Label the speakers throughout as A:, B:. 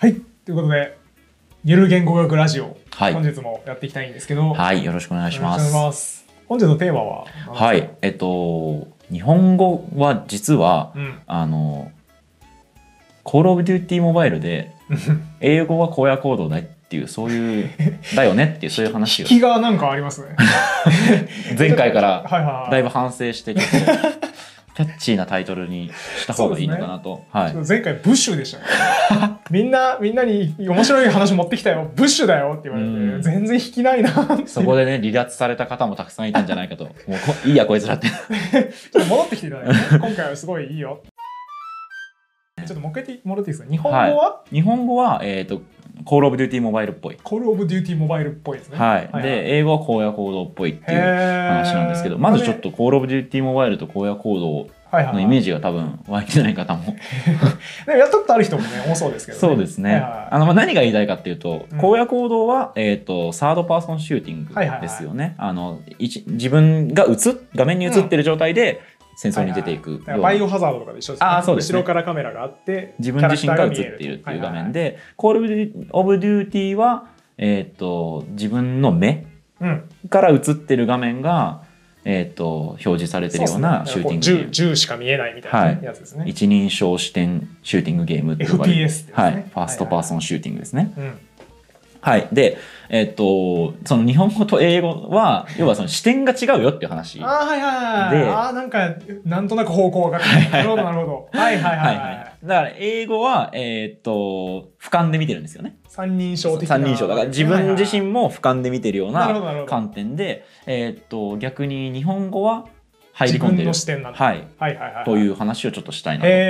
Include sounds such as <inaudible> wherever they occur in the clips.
A: ということで、ゆる言語学ラジオ、
B: はい
A: 本日もやっていきたいんですけど、よ
B: はい、よろしくお願い
A: ろし
B: し
A: くお願
B: ま
A: いし
B: す。
A: ます。本日のテーマは
B: は。い、えっと、日本語は実は、
A: うん。 <laughs>
B: あの、Call of Duty モバイルで、英語は荒野行動だっていう、そういう、だよねっていう、そういう話
A: 引
B: を、
A: きがなんかありますね。
B: 前回か
A: はい
B: ら
A: はいはい。
B: だいぶ反省して、ちょっと、キャッチーなタイトルにした方がいいのかなと。はい。
A: 前回ブッシュでしたね <laughs> みんなみんなに面白い話持ってきたよブッシュだよって言われて、
B: うん
A: 全然引きないな <laughs> っていう
B: そこでね、離脱された方もたくさんいたんじゃないかと。もうこ、いいや、こいつらって。
A: ちょっと戻ってきていただいて、今回はすごいいいよ。ちょっともう一回戻っていいですか日本語は、
B: 日本語は、えっと、Call of Duty モバイルっぽい。
A: コールオブデューティーモバイルっぽいですね。
B: はい。で、英語は荒野行動っぽいっていう。話なんですけど、まずちょっ
A: と、
B: と Call of Duty モバイルと荒野行
A: はいはいは
B: 動の
A: い
B: イメージが多分湧いてない方も。
A: でもやったことある人もね、多そうですけど、ね。
B: そうです
A: はい
B: ね。
A: はい
B: あの、まあ、何が言いたいかっていうと、
A: うん
B: 荒野行動は、えっ、と、サードパーソンシューティン
A: はいはいは
B: グ
A: い
B: ですよね。あの、一自分が映っ、画面に映ってる状態で戦争に出ていくよう
A: だ
B: な。
A: からバイオハザードとかで一緒です、
B: あーそうですね
A: 後ろからカメラがあって、
B: 自分自身が映っているっていう画面で、Call of Duty は、えっ、と、自分の目
A: キャラクターが見える、
B: から映ってる画面が、えっ、と、表示されて
A: うん、
B: るようなシューティングゲーム
A: 銃。銃しか見えないみたいなやつですね。
B: 一人称視点シューティングゲームって呼ばれ
A: FPS って
B: る
A: やつね
B: はい、ファーストパーソンシューティングですね。
A: うん、
B: はい、で、えっと、その日本語と英語は、要はその視点が違うよっていう話。
A: あーはいはいはい。
B: で
A: あーなんか、なんとなく方向が。なるほどなるほど。はいはい
B: は
A: はいい
B: は
A: はいい。
B: だから英語は、えっと、俯瞰で見てるんですよね。
A: 三人称的な。
B: 三人称。だから自分自身も俯瞰で見てるよう
A: はいはいはいなるほどなる
B: な
A: ほど
B: 観点で、えっと、逆に日本語は入
A: 自
B: り込
A: 分
B: んでる
A: の。視点なんだ。
B: はい。
A: はいはいはい。
B: と
A: う。
B: いう話をちょっとしたいなと思っ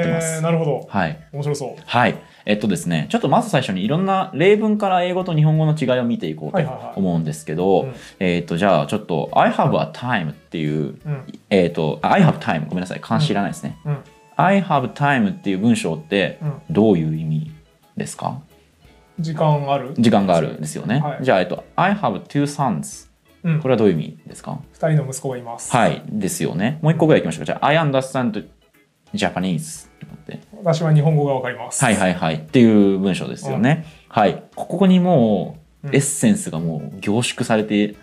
B: てま
A: えー、
B: す
A: なるほど。
B: はい。
A: 面白そう。
B: はい。えっとですね、ちょっとまず最初にいろんな例文から英語と日本語の違いを見ていこうと
A: はいはいはい
B: 思うんですけど、
A: うん
B: えっと、じゃあちょっと、I have a time っていう、
A: うん。
B: えっと、あ I have time ごめんなさい、漢字いらないですね。
A: うん
B: I have time っていう文章って
A: うん。
B: どういう意味ですか
A: 時間ある
B: 時間があるんですよね。
A: はい
B: じゃあ、えっと、I have two sons
A: うん
B: こ。れはどういう意味ですか
A: 二人の息子がいます。
B: はい、ですよね。もう一個ぐらい行きましょうか。じゃあ、I understand Japanese って思って。
A: 私は日本語がわかります。
B: はいはいはいっていう文章ですよね。はい。ここにもう
A: うん
B: エッセンスがもう凝縮されて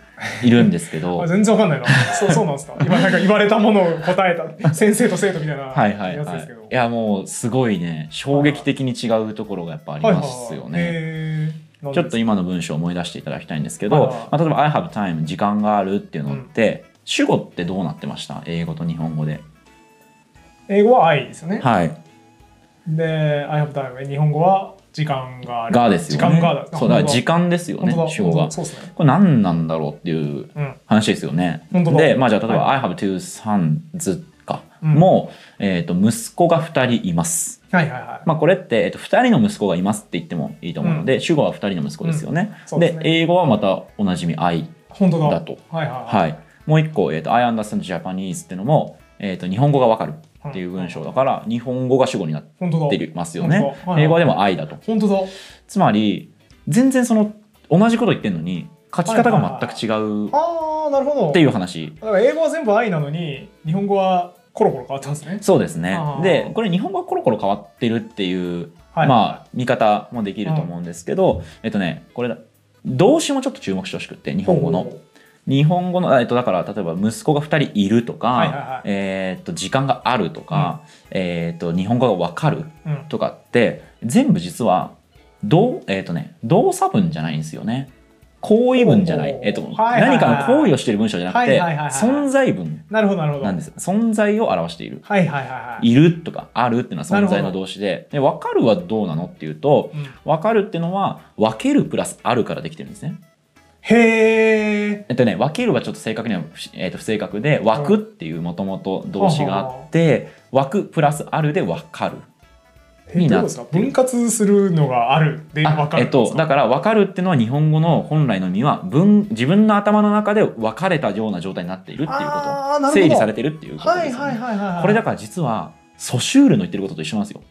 B: いるんですけど
A: <laughs> あ、全然わかんないな。そうそうなん
B: <laughs>
A: ですか。今なんか言われたものを答えた先生と生徒みたいな
B: はいはい
A: やつ
B: は
A: です
B: い
A: けど。。
B: いやもうすごいね、衝撃的に違うところがやっぱありますよ
A: はいはい
B: ね。
A: えーなん
B: ち
A: で
B: ょっと今の文章を思い出していただきたいんですけ
A: はい
B: ど、
A: はい
B: まあ、例えば I have time 時間があるっていうのって、主語ってどうなってました英語と日本語で。
A: 英語は愛ですよね。
B: はい。
A: で、I have time。日本語は時間がある。
B: がですよね。
A: 時間がだ。
B: そうだから時間ですよ
A: 本
B: ね
A: 当だ、
B: 主語
A: 本当
B: が
A: だ。そうですね。
B: これ何なんだろうっていう
A: うん。
B: 話ですよね。
A: 本当だ
B: で、まあじゃあ例えば、
A: は
B: I have two sons か、
A: うん
B: もう、えー、と息子が2人います。
A: はいはいはい。
B: まあこれって、えー、と2人の息子がいますって言ってもいいと思うので、主語は2人の息子ですよね。
A: そうです
B: で
A: ね
B: 英語はまたおなじみ I
A: 本当だ。
B: だと。
A: はいはいはい。
B: はい。もう一個、えー、と I understand Japanese ってのも、えー、と日本語がわかるっていう文章だから、日本語が主語になっ
A: 本当だ。
B: ていますよね。
A: 本当だはいはい
B: 英語はでも I だと。
A: 本当だ。
B: つまり、全然その同じこと言ってるのに、書き方が全く違うっ
A: ああ、なるほど。
B: ていう話。
A: だから英語は全部愛なのに、日本語はコロコロ変わったんですね。
B: そうですね
A: あ。ー
B: で、これ日本語がコロコロ変わってるっていう、
A: はい。
B: まあ、見方もできると思うんですけど、えっとね、これだ、動詞もちょっと注目してほしくって、日
A: 日
B: 本語の。。日本語の、あえっと、だから、例えば、息子が2人いるとか、
A: はいはいはい
B: えーっと、時間があるとか、えーっと、日本語がわかる
A: うん。
B: とかって、全部実は、動、えーっとね、動作文じゃないんですよね。行為文じゃない
A: ほ。う
B: えーっと、
A: はいはいはい
B: 何かの行為をしている文章じゃなくて、
A: はいはいはいはい
B: 存在文
A: なるほど、なるほど。
B: なんです。存在を表している。
A: はいはいはいはい。
B: いるとかあるっていうのは存在
A: なる
B: の
A: ほど
B: 動詞でで分かるはどうなのっていうと
A: うん
B: 分かるっていうのは分けるプラスあるからできてるんですね。
A: へえ。
B: えっとね分けるはちょっと正確には不し、えっと不正確で分くっていうもともと動詞があって分くプラスあるで分かる。
A: え
B: いいな
A: どうですか分割するのがあるで分か
B: あ
A: る
B: えっと、だから分かるっていうのは日本語の本来の意味は分自分の頭の中で分かれたような状態になっているっていう
A: あー
B: こ
A: なるほど
B: と整理されてるっていうこと
A: は
B: です
A: い
B: よ
A: はい
B: ね。
A: はいはい。
B: これだから実はソシュールの言ってることと一緒なんですよ。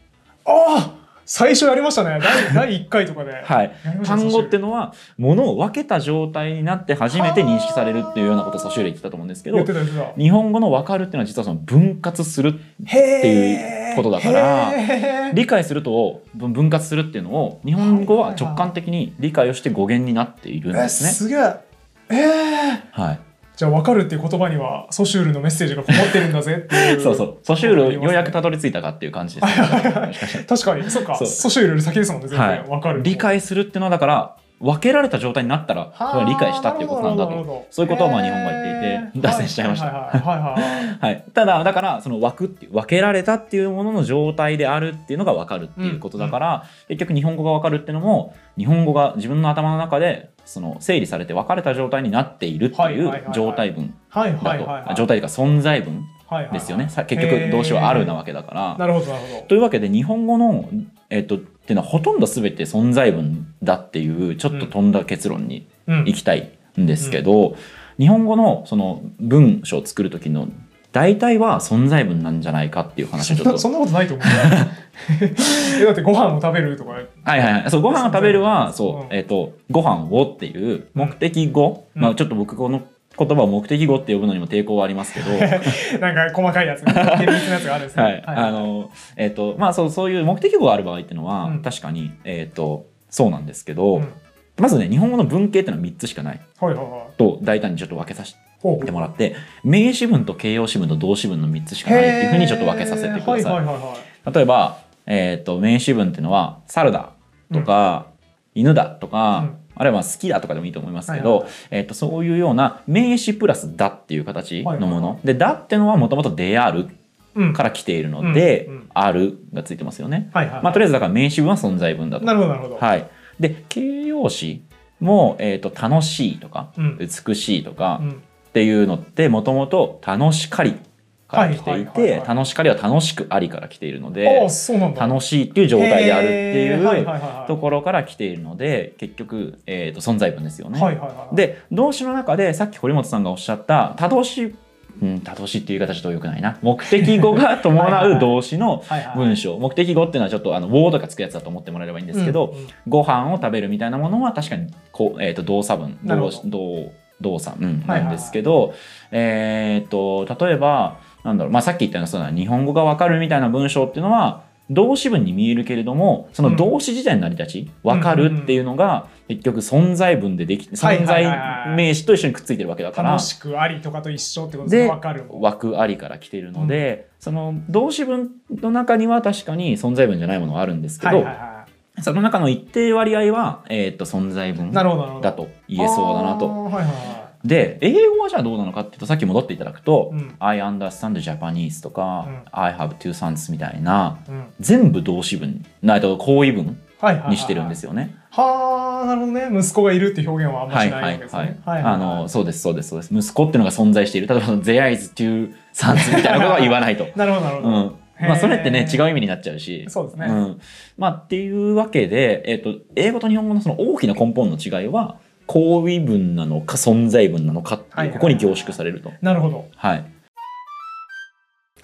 A: ああ最初やりましたね。第第1回とかで。
B: はい。
A: やりました
B: 単語ってのはものを分けた状態になって初めて認識されるっていうようなことをソシュール言ってたと思うんですけ
A: 言っ
B: ど
A: てた言ってた。
B: 日本語の分かるっていうのは実はその分割するっ
A: へえ。
B: ていうことだから
A: へー
B: 理解すると分分割するっていうのを日本語は直感的に理解をして語源になっているん
A: え
B: ですね。
A: すげええー、
B: はい、
A: じゃあ分かるっていう言葉にはソシュールのメッセージがこもってるんだぜっていう
B: <laughs> そうそうソシュールようやくたどり着いたかっていう感じですね。もしか
A: <laughs>
B: して
A: 確かにそうか
B: そう
A: ソシュールより先ですもんね全
B: は
A: 然
B: い
A: 分かる
B: 理解するっていうのはだから分けられた状態になったら
A: はあ
B: それは理解したっていうことなんだ
A: るほどる
B: と
A: ほど
B: そういうことをまあ日本語は言っていて
A: へー
B: 脱線しちゃいました
A: はいはいはいはいはいはい
B: はい、ただだからその枠っていう分けられたっていうものの状態であるっていうのが分かるっていうことだから、結局日本語が分かるっていうのも日本語が自分の頭の中でその整理されて分かれた状態になっているって
A: はい
B: い
A: はいはいは
B: う
A: い
B: 状態分
A: はい
B: だ
A: はい
B: と
A: はいは
B: あ
A: い
B: 状態というか存在分
A: はいはい
B: ですよね、さ結局動詞はあるなわ
A: け
B: けだから。
A: なるほどなるほ
B: というわけで日本語の、えっとっていうのはほとんど全て存在文だっていうちょっと飛んだ結論に
A: どうん
B: 行きたいんですけど、日本語のその文章を作る時の大体は存在文なんじゃないかっていう話を
A: <laughs>
B: ち
A: そん
B: ょ
A: な
B: っと
A: そんなことないと思うよえだってご飯を食べるとか
B: はいはいはいそうご飯を食べるはそう
A: う、ん
B: えっとご飯をっていう目的語、
A: うん
B: ま
A: う
B: あ、
A: ん
B: ちょっと僕この言葉を目的語って呼ぶのにも抵抗はあります
A: <laughs>
B: けど
A: なんか細かいやつ厳密なやつがあるんですね
B: はいあのえっとまあそうそういう目的語がある場合っていうのは、
A: うん
B: 確かに、えっとそうなんですけど、
A: うん
B: まずね日本語の文系っていうのは3つしかない
A: はいはいはい
B: と大胆にちょっと分けさせて
A: ほ
B: ってもらって名詞文と形容詞文と動詞文の3つしかないっていうふうにちょっと分けさせてください。
A: へーはいはいはいはい
B: 例えば、えー、と名詞文っていうのは「猿だ」とか「犬だ」と
A: う
B: か、
A: ん
B: あるいは「好きだ」とかでもいいと思いますけ
A: はい
B: ど、
A: はい
B: えー、とそういうような名詞プラス「だ」っていう形のもの、
A: はい
B: で「だ」っていうのはもともと「である
A: うん」
B: から来ているので「
A: うんうん
B: ある」がついてますよね。
A: はいはい
B: まあ、とりあえずだから名詞文は存在文だと。
A: なるほどなるほど
B: はい、で形容詞も、えー、と楽しいとか
A: うん
B: 美しいとか、
A: うん
B: っていうのってもともと楽しかりから来てい
A: はいはいはい
B: て
A: はい
B: 楽しかりは楽しくありから来ているの
A: あ
B: で
A: あそうなんだ
B: 楽しいっていう状態であるって
A: へーはい
B: い
A: は
B: う
A: いはい
B: ところから来ているので結局、えー、と存在文ですよね。
A: はいはいはい
B: で動詞の中でさっき堀本さんがおっしゃった多動詞うん多動詞っていう言い方ちょっとよくないな目的語が伴う動詞の
A: はい <laughs> はい
B: 文章目的語っていうのはちょっとあの「ウォー」とかつくやつだと思ってもらえればいいんですけど、
A: うんうん
B: ご飯を食べるみたいなものは確かにこう、えー、と動作文
A: なるほ
B: 動
A: ど
B: 動動作、うん、
A: はいはいはい
B: なんですけど、えっ、と例えばなんだろう、まあ、さっき言ったようなそうだな日本語がわかるみたいな文章っていうのは動詞文に見えるけれどもその動詞自体の成り立ち、わかるっていうのが結局存在文ででき
A: はい
B: 存
A: はいはいはい
B: 在名詞と一緒にくっついてるわけだから
A: 楽しくありとかと一緒ってことですね
B: で
A: わかるもん
B: 枠ありから来ているので、その動詞文の中には確かに存在文じゃないものはあるんですけど、
A: はいはいは
B: その中の一定割合は、えー、と存在文
A: いなるほどなるほど
B: だと言えそうだな
A: あー
B: と。
A: はいはいは
B: で英語はじゃあどうなのかっていうとさっき戻っていただくと「
A: うん
B: I understand Japanese」とか
A: うん
B: 「I have two sons」みたいない
A: うん
B: 全部動詞文ないと後位文
A: はいはいはい
B: にしてるんですよね。
A: はあなるほどね息子がいるって表現はあんま
B: は
A: し
B: い
A: ない
B: は
A: わけ
B: い
A: です
B: は
A: ね
B: い。あのそうですそうですそうです。息子っていうのが存在している例えばその「There is two sons」みたいなことは言わないと。
A: なるほどなる <laughs>
B: う
A: ほど
B: んまあ、それってね
A: へ
B: 違
A: ー
B: う意味になっちゃうし
A: そうですね
B: んまあ、っていうわけで、えっと英語と日本語のその大きな根本の違いは行為文なのか存在文なのかって
A: はいいうはい
B: ここに凝縮されると。
A: なるほど
B: はい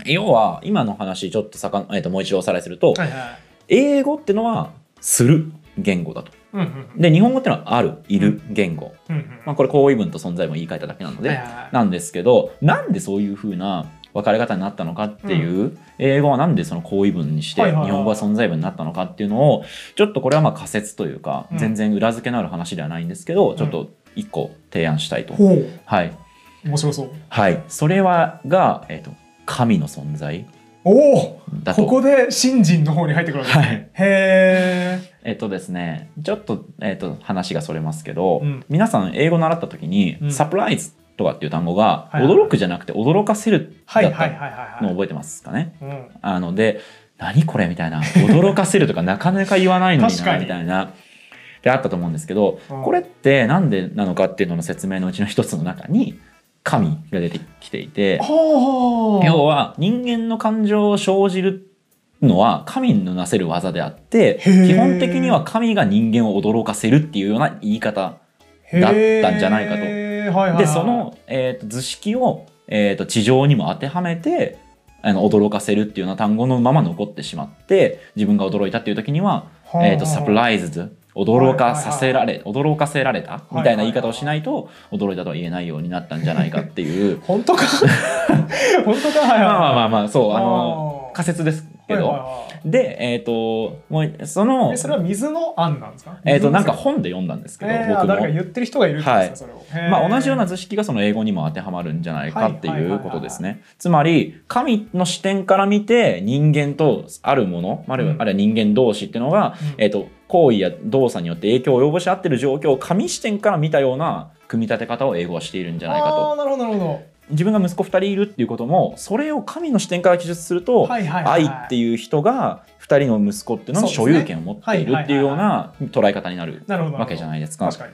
B: 要は今の話ちょっとさか、えっともう一度おさらいすると、
A: はいはい
B: 英語ってのは「する」言語だと。
A: うんうん
B: で日本語ってのは「ある」「いる」言語。
A: うんうん
B: まあ、これ行為文と存在文言い換えただけなので、
A: はいはいはい
B: なんですけどなんでそういう風な分かれ方になったのかっていう、英語はなんでその行為文にして
A: はい
B: 日
A: はいはい
B: 本語は存在文になったのかっていうのをちょっとこれはまあ仮説というか、
A: うん
B: 全然裏付けのある話ではないんですけど
A: ん
B: ちょっと一個提案したいと、
A: ほう
B: はい
A: 面白そう
B: はいそれはが、えっと神の存在
A: おお
B: だと
A: ここで新人の方に入ってくるわけですね、へえ
B: えっとですねちょっと,、えっと話がそれますけど、
A: うん
B: 皆さん英語習った時に、
A: うん
B: サプライズとかっていう単語が、
A: はいはい
B: 驚くじゃなくて驚かせるだ
A: は
B: っ
A: い
B: た
A: はいはいはい
B: の
A: は
B: を
A: い
B: 覚えてますかね。
A: うん
B: あので何これみたいな驚かせるとかなかなか言わないのに
A: 確か
B: な
A: に
B: みたいなであったと思うんですけど、
A: うん
B: これってなんでなのかっていうのの説明のうちの一つの中に神が出てきていて
A: ほう
B: 要は人間の感情を生じるのは神のなせる技であって
A: へー
B: 基本的には神が人間を驚かせるっていうような言い方だったんじゃないかと
A: へーはいはいはい、
B: <laughs> でその、えー、と図式を、えー、と地上にも当てはめてあの驚かせるっていうような単語のまま残ってしまって自分が驚いたっていう時には「
A: はあ
B: えー、とサプライズズ」驚かさせられ、驚かせられたみたいな言い方をしないと驚いたとは言えないよう
A: <laughs>
B: に <laughs> なったんじゃないかっていう
A: 本当か本当かはいはい
B: まあまあまあまあそうあの仮説ですけ
A: はい
B: ど、
A: はいはい
B: で、えっともうその
A: えそれは水の案なんですか
B: えっとなんか
A: 水
B: 本で読んだんですけ
A: の
B: ど、
A: えー、あ
B: 僕
A: 誰か
B: も。
A: 言ってる人がいるんですか、
B: はい
A: それを、
B: まあ、同じような
A: 図
B: 図式がその英語にも当てはまるんじゃないかって
A: はいはい
B: い
A: はいうはい
B: ことですね。つまり神の視点から見て人間とあるものあるいは
A: うん
B: あるいは人間同士っていうのが、
A: うん
B: えっと行為や動作によって影響を及ぼし合ってる状況を神視点から見たような組み立て方を英語はしているんじゃないか
A: あ
B: と。
A: あーなるほどなるほ
B: 自分が息子2人いるっていうこともそれを神の視点から記述する
A: ど
B: と
A: はいはいはい
B: 愛っていう人が2人の息子っていうのに所有権を持っているっていうような捉え方になる
A: なるほど
B: わけじゃないいですか
A: 確。か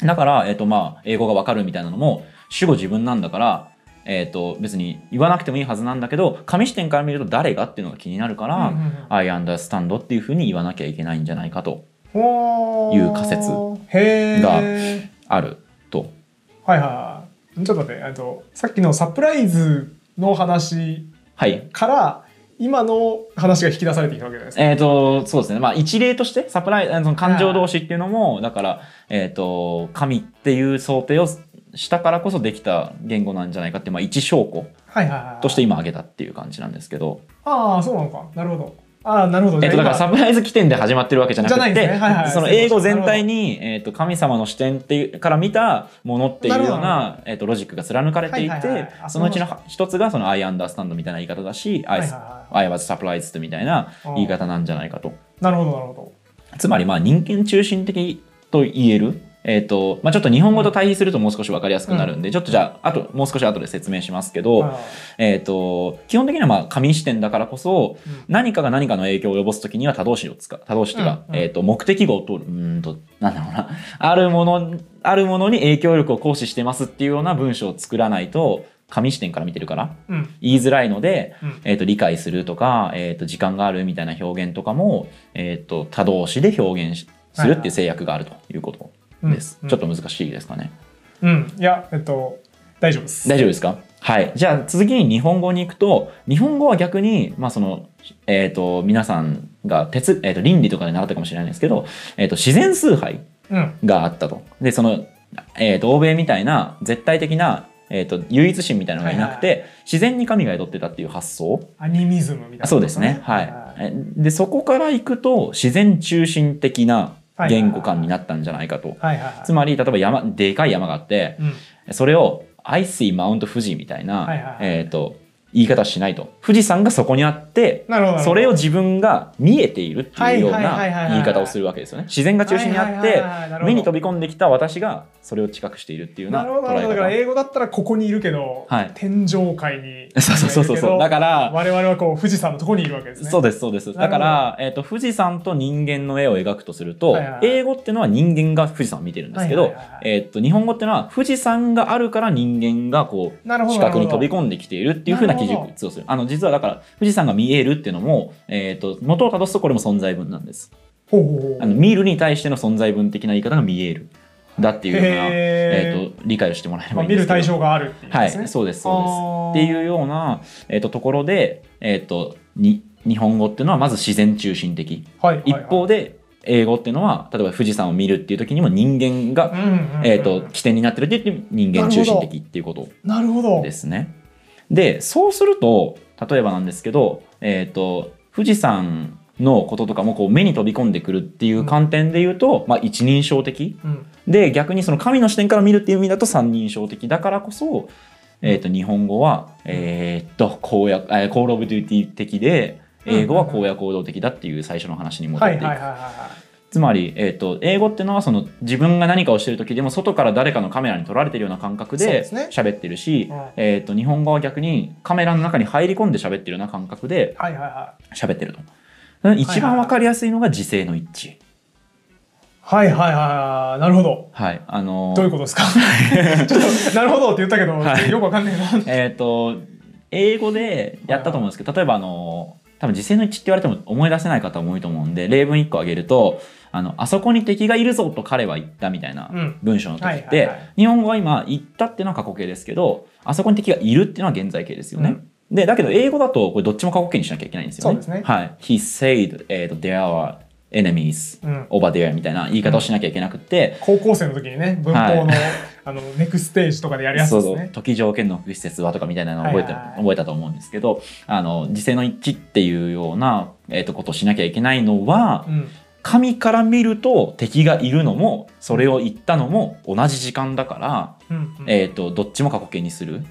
A: に
B: だから、えっとまあ、英語がわかるみたいなのも主語自分なんだから、えっと別に言わなくてもいいはずなんだけど紙視点から見ると誰がっていうのが気になるから、
A: うんうんうん
B: I understand っていうふうに言わなきゃいけないんじゃないかと
A: ほー
B: いう仮説
A: へー
B: が
A: はい
B: あると。
A: はいはいちょっと待ってえっとさっきのサプライズの話
B: はい
A: から今の話が引き出されていたわけじゃないですか
B: えっとそうですね、まあ、一例としてサプライあの感情同士っていうのもだから、えっと神っていう想定をしたからこそできた言語なんじゃないかって、まあ、一証拠
A: はいはいはい
B: として今挙げたっていう感じなんですけど。
A: ああそうなのかなるほどああなるほど
B: えっと、
A: じゃ
B: だか
A: あ
B: らサプライズ起点で始まってるわけじゃな
A: じ
B: く
A: ゃないん
B: て、
A: ですねはいはい
B: その英語全体に、えっと、神様の視点っていうから見たものっていうよう
A: な
B: な、えっと、ロジックが貫かれていて、
A: はいはいはいあ
B: そのうちの
A: そう
B: 一つがその「I understand」みたいな言い方だし「
A: 今
B: I,
A: はいはいは
B: I was surprised」みたいない言い方なんじゃないかと。
A: うんなるほどなるほ
B: つまりまあ人間中心的と言える。えっとまあ、ちょっと日本語と対比するともう少し分かりやすくなるんで、ちょっとじゃああともう少し後で説明しますけ
A: ど
B: ど、
A: はい
B: えっと基本的にはまあ紙視点だからこそ、
A: うん
B: 何かが何かの影響を及ぼすときには多動詞を使う多動詞っていうか、
A: うんうん
B: えー、と目的語を通るうーんとなんだろうなあるものあるものに影響力を行使してますっていうような文章を作らないと紙視点から見てるから
A: うん
B: 言いづらいので、
A: うん
B: えー、と理解するとか、えー、と時間があるみたいな表現とかも、えー、と多動詞で表現しするっていう制約があるということ
A: うん
B: です、
A: うん
B: ちょっと難しいですかね
A: うんいやえっと大丈夫です
B: 大丈夫ですかはい。じゃあ続きに日本語に行くと、日本語は逆に、まあその、えっ、と、皆さんが哲、えっ、と、倫理とかで習ったかもしれないんですけど、えっ、と、自然崇拝
A: うん
B: があったと。で、その、えっ、と、欧米みたいな絶対的な、えっ、と、唯一神みたいなのがいなくて、
A: は
B: 自然に神が宿ってたっていう発想。
A: アニミズムみたいな
B: あそうですね。はい。えで、そこから行くと、自然中心的な言語感になったんじゃないかと。
A: はいはいはい
B: つまり、例えば山、でかい山があって、
A: うん
B: それを「I see Mount 富士」みたいな、
A: はいはいはい
B: えー、と言い方はしないと富士山がそこにあって
A: なるほどなるほど
B: それを自分が見えているっていうような
A: はいはいはいはいはい
B: 言い方をするわけですよね自然が中心にあって目に飛
A: び
B: び込んできた私がそれを近くしているっていうよう
A: な
B: な
A: るほどなるほどだから
B: 捉え
A: 英語だったらここにいるけど、
B: はい
A: 天上界に
B: 方そうそうそうそうそうだ
A: だか
B: から
A: ら我々はこう富士山のとこにいるわけですね
B: そう
A: う
B: ですそうで
A: な
B: す
A: る
B: だ
A: ほど
B: から、えー、と富士山と人間の絵を描くとすると、
A: はいはいはい
B: 英語っていうのは人間が富士山を見てるんですけど、
A: はいはいはいはい
B: えー、と日本語っていうのは富士山があるから人間がこう
A: なるほど
B: 視
A: なるほ
B: 覚
A: ど
B: に飛び込んできているっていうふうな基
A: なるほ
B: 軸をするあの実はだから富士山が見えるっていうのも、えー、と元をたどすとこれも存在文なんです
A: ほうほうほう
B: あの見るに対しての存在文的な言い方が見えるだっていうような、
A: へ
B: え
A: ー
B: ー、と理解をしてもらえれ
A: ま
B: ば
A: あ
B: いいん
A: 見
B: で
A: る
B: すけど、
A: 対象があるっていうこと
B: は
A: で
B: い
A: す
B: そ
A: ね、
B: うですそうですって
A: う
B: いうような、えー、とところで、えー、とに日本語っていうのはまず自然中心的
A: はい
B: 一方で英語っていうのは例えば富士山を見るっていう時にも人間
A: は
B: が、
A: いはいうんうんうんうん
B: えー、と起点になってるって言って人間中心的っていうこと
A: なるほど
B: ですね。でそうすると例えばなんですけど、えー、と富士山のこととかもこう目に飛び込んでくるっていう観点で言うと、まあ、一人称的
A: うん
B: で逆にその神の視点から見るっていう意味だと三人称的だからこそ、えー、と日本語は、えー、と公約えーコール・オブ・デューティー的で英語は公約行動的だっていう最初の話に戻
A: は
B: って
A: い
B: いく
A: はいはいは
B: つまり、えー、と英語っていうのはその自分が何かをしてる時でも外から誰かのカメラに撮られてるような感覚
A: そうで
B: です
A: ね
B: 喋ってるし、
A: うん
B: えー、と日本語は逆にカメラの中に入り込んで喋ってるような感覚で
A: いはいはいはいはい
B: 喋ってると一番わかりやすいのが時勢の一致。
A: はいはいはいはいなるほど
B: はい、あのー
A: どういうことです
B: <laughs>
A: かちょっとなるほどって言ったけど、
B: はい
A: よくわかんないな
B: えっ、と英語でやったと思うんですけど例えばあのー多分時勢の一致って言われても思い出せない方も多いと思うんで例文1個挙げるとあの「あそこに敵がいるぞ」と彼は言ったみたいな
A: うん
B: 文章の時っ
A: はいはい
B: て
A: はい
B: 日本語は今「言った」っていうのは過去形ですけどあそこに敵がいるっていうのは現在形ですよね。でだけど英語だとこれどっちも過去形にしなきゃいけないんですよ
A: そ
B: ね。
A: うですね
B: はい。He said、えーと there are enemies
A: うん
B: over there みたいな言い方をしなきゃいけなくって、
A: 高校生の時にね文法の,、
B: は
A: あのネクステージとかでやるやつ
B: そ
A: で
B: う
A: す
B: そ
A: ね
B: う時条件の不施設はとかみたいなのを覚えた,、
A: はいはいはい
B: 覚えたと思うんですけどあの時世の一致っていうような、えー、とことをしなきゃいけないのは、
A: うん、
B: 神から見ると敵がいるのもそれを言ったのも同じ時間だから、
A: うんうん
B: えー、とどっちも過去形にする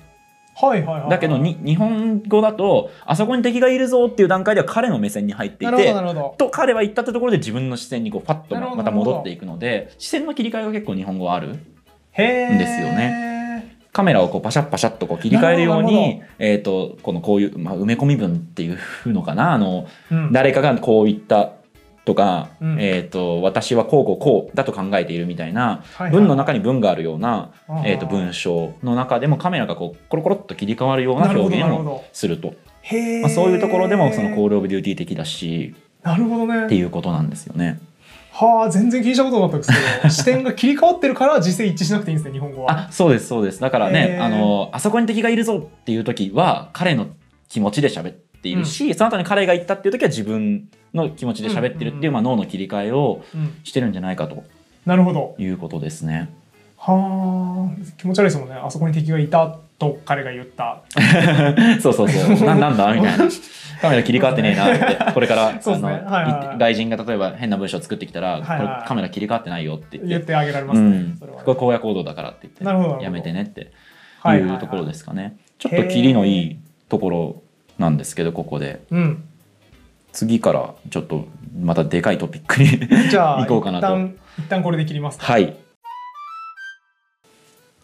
A: はいはいはいはい
B: だけどに日本語だとあそこに敵がいるぞっていう段階では彼の目線に入ってい
A: なるほ
B: て
A: どなるほど
B: と彼は言ったってところで自分の視線にこうパッと
A: なるほど
B: また戻っていくので視線の切り替えが結構日本語はある
A: へえ
B: ですよカメラをこうパシャッパシャッとこう切り替えるよう
A: なるほど
B: に、えー、とこのこういう、まあ、埋め込み文っていうのかなあの
A: うん、
B: 誰かがこう言ったとか、
A: うん
B: えー、と私はこうこうこうだと考えているみたいな
A: はいはい
B: 文の中に文があるような、
A: あ
B: えー、と文章の中でもカメラがこうコロコロっと切り替わるような
A: なるほど
B: 表
A: な
B: 現
A: るほ
B: を
A: ど
B: すると、
A: へえ、
B: まあ、そういうところでもそのコール・オブ・デューティー的だし
A: なるほど
B: っ
A: ね
B: ていうことなんですよね。
A: はあ全然聞いたことなかったですけ
B: <laughs>
A: ど視点が切り替わってるから実践一致しなくていいんですね日本語は
B: あそうですそうですだからね、
A: へー
B: あのあそこに敵がいるぞっていう時は彼の気持ちで喋っているし、その後に彼が言ったっていう時は自分の気持ちで喋ってるっていう、
A: うん
B: まあ、脳の切り替えを
A: うん、
B: してるんじゃないかと
A: なるほど
B: いうことですね。 <laughs>
A: はあ気持ち悪いですもんねあそこに敵がいたと彼が言った
B: そうそうそ
A: <laughs>
B: うななんだみたいなカメラ切り替わってねえなってこれから、
A: そう
B: あ
A: です
B: の
A: ねはいはいはい
B: 外人が例えば変な文章を作ってきたら、
A: いはいはい
B: これカメラ切り替わってないよって言
A: 言
B: っ。
A: っててあげられま
B: う
A: すね、
B: ん、
A: それはね
B: これ荒野行動だからって言って
A: なるほどなるほど
B: やめてねって
A: はい、
B: いうところですすかね。
A: はい
B: ちょっと切りのいいところなんですけどここで
A: うん、
B: 次からちょっとまたでかいトピックに
A: じゃあ
B: <laughs> 行こうかなと
A: 一旦一旦これで切りますか
B: はい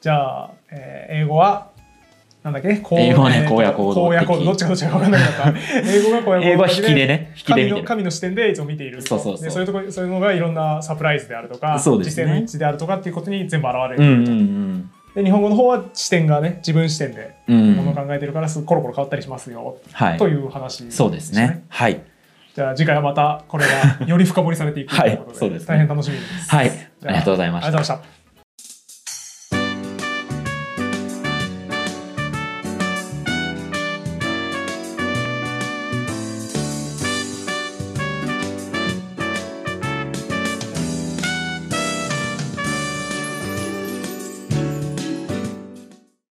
A: じゃあ、えー英語はなんだっけこう
B: 英語はね
A: えーと
B: 荒野行動的
A: 荒野行動どっちかどっちか分かんなくなった
B: <laughs>
A: 英語が荒野行動的
B: 英語は引きでね引きで
A: 神
B: 見て
A: の
B: る
A: 神の視点でいつも見ている
B: そうそうそう
A: でそういうところそういうのがいろんなサプライズであるとか
B: そうですね
A: 時世の一致であるとかっていうことに全部現れ
B: う
A: てい
B: ん
A: る
B: う
A: と、
B: ん
A: で日本語の方は視点がね自分視点で
B: うんう
A: ものを
B: ん
A: 考えてるからすぐコロコロ変わったりしますよ、
B: は
A: と
B: い
A: いう話、
B: そうですねはい
A: じゃあ次回はまたこれがより深掘りされていくということ
B: は
A: で
B: いそうですね
A: 大変楽しみです
B: はいありがとうございま
A: あ
B: し
A: りがとうご
B: た
A: ざいました